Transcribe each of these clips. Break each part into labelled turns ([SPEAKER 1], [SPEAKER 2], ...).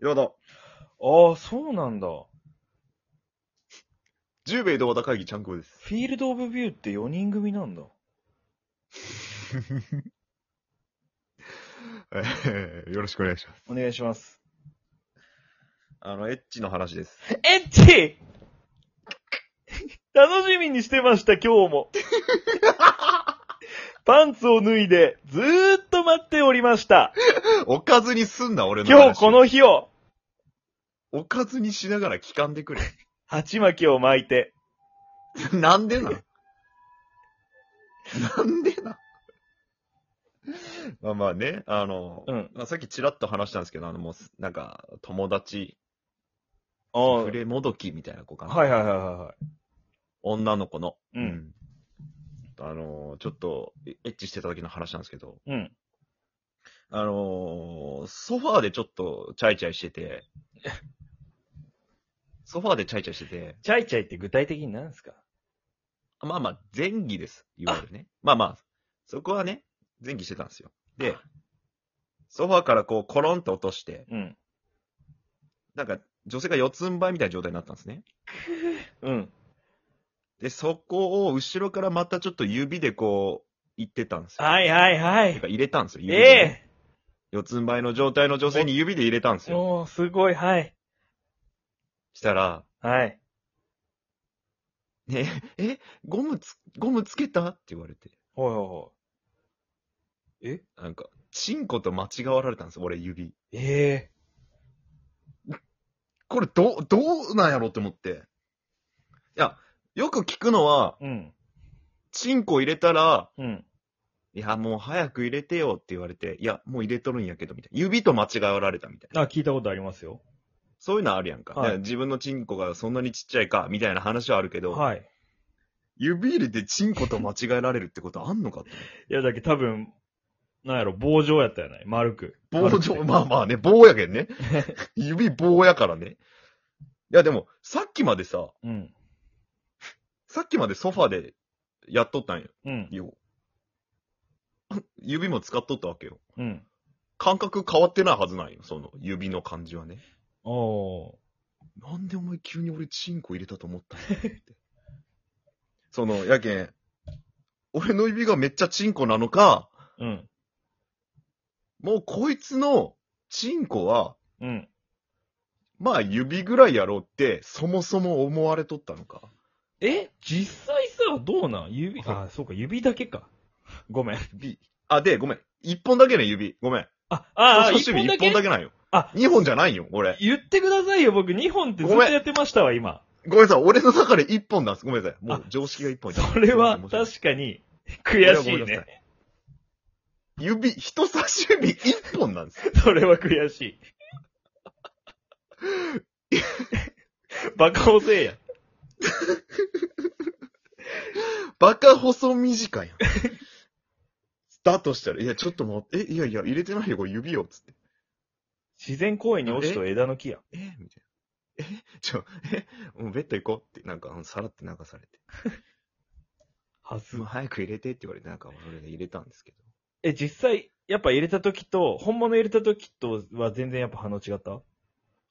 [SPEAKER 1] 色々
[SPEAKER 2] ああ、そうなんだ。
[SPEAKER 1] 10名同和田会議ちゃんこです。
[SPEAKER 2] フィールドオブビューって4人組なんだ。
[SPEAKER 1] えーよろしくお願いします。
[SPEAKER 2] お願いします。
[SPEAKER 1] あの、エッチの話です。
[SPEAKER 2] エッチ 楽しみにしてました、今日 も。パンツを脱いで、ずーっと待っておりました。
[SPEAKER 1] おかずにすんな、俺の話。
[SPEAKER 2] 今日この日を、
[SPEAKER 1] おかずにしながら聞かんでくれ。
[SPEAKER 2] 鉢巻きを巻いて、
[SPEAKER 1] なんでなんなんでなんまあまあね、あの、
[SPEAKER 2] うん。
[SPEAKER 1] まあさっきちらっと話したんですけど、あの、もうす、なんか、友達、
[SPEAKER 2] ああ
[SPEAKER 1] 触れもどきみたいな子かな。
[SPEAKER 2] はいはいはいは
[SPEAKER 1] 女の子の。
[SPEAKER 2] い。うん。
[SPEAKER 1] あのーちょっと、エエッチしてた時の話なんですけど、
[SPEAKER 2] うん。
[SPEAKER 1] あのーソファーでちょっと、チャイチャイして て、ソファーでチャイチャイしてて、
[SPEAKER 2] チャイチャイって具体的に何ですか
[SPEAKER 1] まあまあ、前儀です。いわゆるね。まあまあ、そこはね、前儀してたんですよ。で、ソファーからこう、コロンと落として、
[SPEAKER 2] うん。
[SPEAKER 1] なんか、女性が四つん這いみたいな状態になったんですね。
[SPEAKER 2] うん。
[SPEAKER 1] で、そこを後ろからまたちょっと指でこう、行ってたんですよ。
[SPEAKER 2] はいはいは
[SPEAKER 1] て
[SPEAKER 2] い
[SPEAKER 1] か。入れたんですよ。指でね
[SPEAKER 2] え
[SPEAKER 1] 四つん這いの状態の女性に指で入れたんです
[SPEAKER 2] え
[SPEAKER 1] よ。
[SPEAKER 2] もう、すごい、はい。
[SPEAKER 1] したら、
[SPEAKER 2] はい。
[SPEAKER 1] ね、 え、ゴムつ、ゴムつけたって言われて。
[SPEAKER 2] ほいほいほい。え
[SPEAKER 1] なんか、チンコと間違わられたんですよ、俺指。
[SPEAKER 2] ええ
[SPEAKER 1] これどう、どうなんやろって思って。いや、よく聞くのは、
[SPEAKER 2] うん。
[SPEAKER 1] チンコ入れたら、
[SPEAKER 2] うん。
[SPEAKER 1] いや、もう早く入れてよって言われて、いや、もう入れとるんやけど、みたいな。指と間違わられたみたいな。
[SPEAKER 2] あ、聞いたことありますよ。
[SPEAKER 1] そういうのあるやんか。
[SPEAKER 2] はい
[SPEAKER 1] いや自分のチンコがそんなにちっちゃいか、みたいな話はあるけど、
[SPEAKER 2] はい。
[SPEAKER 1] 指入れてチンコと間違えられるってことあんのかって
[SPEAKER 2] いや、だけど多分、なんやろ、棒状やったよね。丸く。
[SPEAKER 1] 棒状、まあまあね、棒やけ んね。指棒やからね。いやでも、さっきまでさ、
[SPEAKER 2] あ。うん。
[SPEAKER 1] さっきまでソファでやっとったんよ。
[SPEAKER 2] うん。
[SPEAKER 1] よ指も使っとったわけよ。
[SPEAKER 2] うん。
[SPEAKER 1] 感覚変わってないはずなんよ、その指の感じはね。
[SPEAKER 2] おー。
[SPEAKER 1] なんでお前急に俺チンコ入れたと思ったんやって。 その、やけん、俺の指がめっちゃチンコなのか、
[SPEAKER 2] うん。
[SPEAKER 1] もうこいつのチンコは、
[SPEAKER 2] うん。
[SPEAKER 1] まあ指ぐらいやろうって、そもそも思われとったのか。
[SPEAKER 2] え実際さ、どうなん指、あ、そうか、指だけか。ごめん。
[SPEAKER 1] 指。あ、で、ごめん。一本だけね、指。ごめん。
[SPEAKER 2] あ、ああ、
[SPEAKER 1] 人差し
[SPEAKER 2] 一
[SPEAKER 1] 指
[SPEAKER 2] 本だ
[SPEAKER 1] 一
[SPEAKER 2] け
[SPEAKER 1] 本だけなんよ。
[SPEAKER 2] あ
[SPEAKER 1] 二本じゃないよ、俺。
[SPEAKER 2] 言ってくださいよ、僕2本ってずっとやってましたわ、今。
[SPEAKER 1] ごめんなさい、俺の中で一本なんです。ごめんなさい。もう
[SPEAKER 2] あ
[SPEAKER 1] 常識が一本
[SPEAKER 2] それは
[SPEAKER 1] か
[SPEAKER 2] 確かに悔しいね。
[SPEAKER 1] 指、人差し指一本なんです。
[SPEAKER 2] それは悔し い。バカ遅えや。
[SPEAKER 1] バカ細短いやん。だとしたら、いや、ちょっと待って、え、いやいや、入れてないよ、これ指を、つって。
[SPEAKER 2] 自然公園に落ちと枝の木や。
[SPEAKER 1] えみたいな。えちょ、えもうベッド行こうって、なんか、うんさらって流されて。
[SPEAKER 2] はず
[SPEAKER 1] もう。早く入れてって言われて、なんか、それで入れたんですけど。
[SPEAKER 2] え、実際、やっぱ入れた時と、本物入れた時とは全然やっぱ反応違った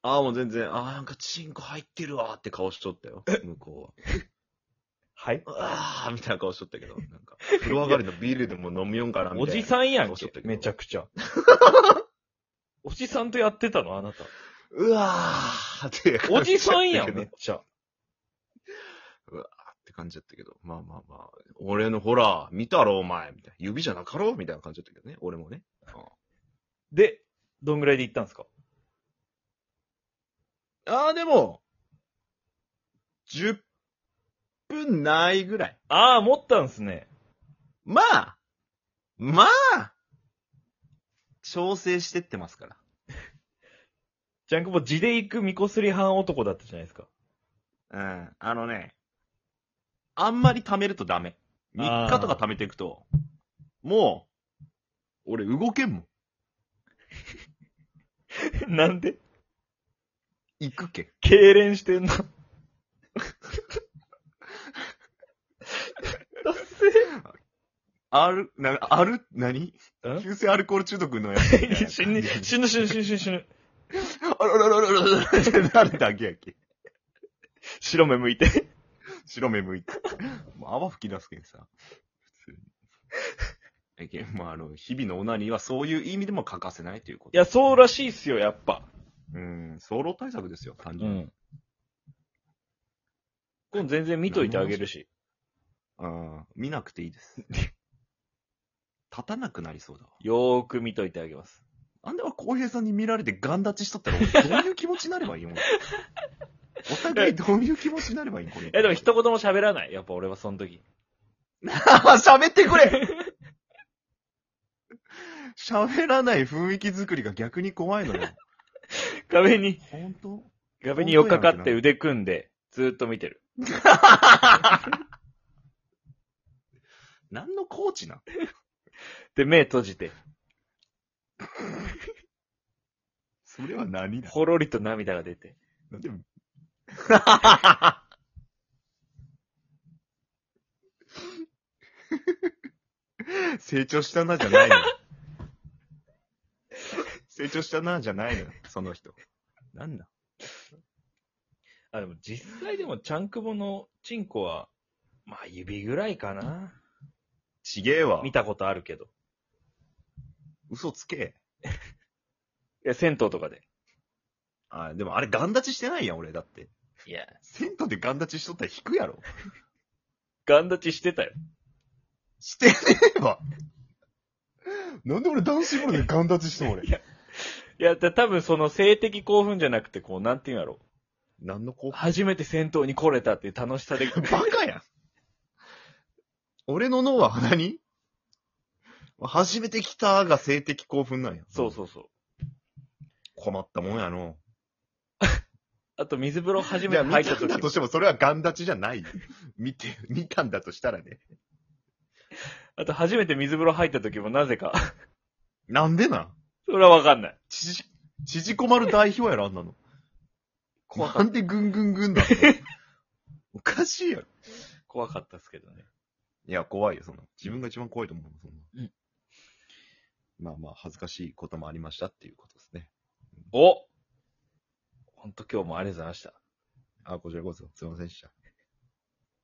[SPEAKER 1] ああ、もう全然、ああ、なんかチンコ入ってるわーって顔しとったよ。向こうは。
[SPEAKER 2] はい。
[SPEAKER 1] ああみたいな顔しとったけど、なんか、 風呂上がりのビールでも飲みよんかな、みたい
[SPEAKER 2] お
[SPEAKER 1] な。
[SPEAKER 2] じさんやん
[SPEAKER 1] 顔しと
[SPEAKER 2] け
[SPEAKER 1] ったけ。ど
[SPEAKER 2] めちゃくち ゃ。おじさんとやってたのあな た。
[SPEAKER 1] うわーって。
[SPEAKER 2] おじさんや
[SPEAKER 1] って
[SPEAKER 2] ん、めっちゃ。
[SPEAKER 1] 感じだったけど。まあまあまあ。俺のほら、見たろ、お前。みたいな。指じゃなかろうみたいな感じだったけどね。俺もね。
[SPEAKER 2] で、どんぐらいで行ったんですか
[SPEAKER 1] ああ、でも、10分ないぐらい。
[SPEAKER 2] ああ、持ったんすね。
[SPEAKER 1] まあまあ調整してってますから。
[SPEAKER 2] ジャンクボ、地で行くみこすり半男だったじゃないですか。
[SPEAKER 1] うん。あのね、あんまり貯めるとダメ。3日とか貯めていくと、もう、俺動けんもん。
[SPEAKER 2] なんで
[SPEAKER 1] 行くけん。
[SPEAKER 2] 痙攣してん の
[SPEAKER 1] ある、な、ある、何
[SPEAKER 2] ん
[SPEAKER 1] 急性アルコール中毒のやつみたいな感じ。
[SPEAKER 2] 死ぬ、死ぬ、死ぬ、死ぬ、死ぬ。
[SPEAKER 1] あららららららってなるだけやけ。
[SPEAKER 2] 白目向いて。
[SPEAKER 1] 白目向いて。もう泡吹き出すけんさ。普通に。えけん、まあ、あの、日々のオナニーはそういう意味でも欠かせないというこ
[SPEAKER 2] い
[SPEAKER 1] と。
[SPEAKER 2] や、そうらしいっすよ、やっぱ。
[SPEAKER 1] うん、早漏対策ですよ、単純に。
[SPEAKER 2] ん。今度全然見といてあげるし。
[SPEAKER 1] うん、見なくていいです。立たなくなりそうだわ。
[SPEAKER 2] よーく見といてあげます。
[SPEAKER 1] あんでは浩平さんに見られてガン立ちしとったら、俺どういう気持ちになれば いいのお互いどういう気持ちになればいいのこれ。
[SPEAKER 2] え、でも一言も喋らない。やっぱ俺はその時。
[SPEAKER 1] 喋ってく れ喋らない雰囲気作りが逆に怖いのよ。
[SPEAKER 2] 壁に、
[SPEAKER 1] 本当
[SPEAKER 2] 壁に寄っかかって腕組んで、ずーっと見てる。
[SPEAKER 1] 何のコーチなん
[SPEAKER 2] で、目閉じて、
[SPEAKER 1] それは何だ
[SPEAKER 2] ほろりと涙が出て。
[SPEAKER 1] なんで 成長したなじゃないのよ。成長したなじゃないのよ、その人。なんだ
[SPEAKER 2] あ、でも実際でもちゃんくぼのチンコは、まあ指ぐらいかな。
[SPEAKER 1] ちげえわ
[SPEAKER 2] 見。たことあるけど。
[SPEAKER 1] 嘘つけ。
[SPEAKER 2] いや、銭湯とかで。
[SPEAKER 1] あ、でもあれガン立ちしてないやん、俺。だって。
[SPEAKER 2] いや、
[SPEAKER 1] 銭湯でガン立ちしとったら引くやろ。
[SPEAKER 2] ガン立ちしてたよ。
[SPEAKER 1] してねえわ。なんで俺男子ボールでガン立ちしてんの俺
[SPEAKER 2] い。や、いや、だ多分その性的興奮じゃなくて、こう、なんていうんやろ
[SPEAKER 1] 何の興奮
[SPEAKER 2] 初めて銭湯に来れたっていう楽し さで。
[SPEAKER 1] バカやん。俺の脳は何初めて来たが性的興奮なんや。
[SPEAKER 2] そうそうそう。
[SPEAKER 1] 困ったもんやの。
[SPEAKER 2] あと水風呂初め
[SPEAKER 1] じ
[SPEAKER 2] て
[SPEAKER 1] ゃあ
[SPEAKER 2] 入
[SPEAKER 1] 見
[SPEAKER 2] った
[SPEAKER 1] たん
[SPEAKER 2] 時
[SPEAKER 1] だとしてもそれはガン立ちじゃないよ。見て、見たんだとしたらね。
[SPEAKER 2] あと初めて水風呂入った時もなぜか。
[SPEAKER 1] なんでなん
[SPEAKER 2] それはわかんない。
[SPEAKER 1] 縮、縮こまる代表やろ、あんなの。
[SPEAKER 2] 怖か
[SPEAKER 1] な
[SPEAKER 2] っ
[SPEAKER 1] んでぐんぐんぐんだ おかしいやろ。
[SPEAKER 2] た。怖かったですけどね。
[SPEAKER 1] いや、怖いよ、そんな。自分が一番怖いと思う、そんな。
[SPEAKER 2] うん
[SPEAKER 1] まあまあ、恥ずかしいこともありましたっていうことですね。
[SPEAKER 2] おほんと今日もありがとうございました。
[SPEAKER 1] あ、こちらこそ、すいませんでした。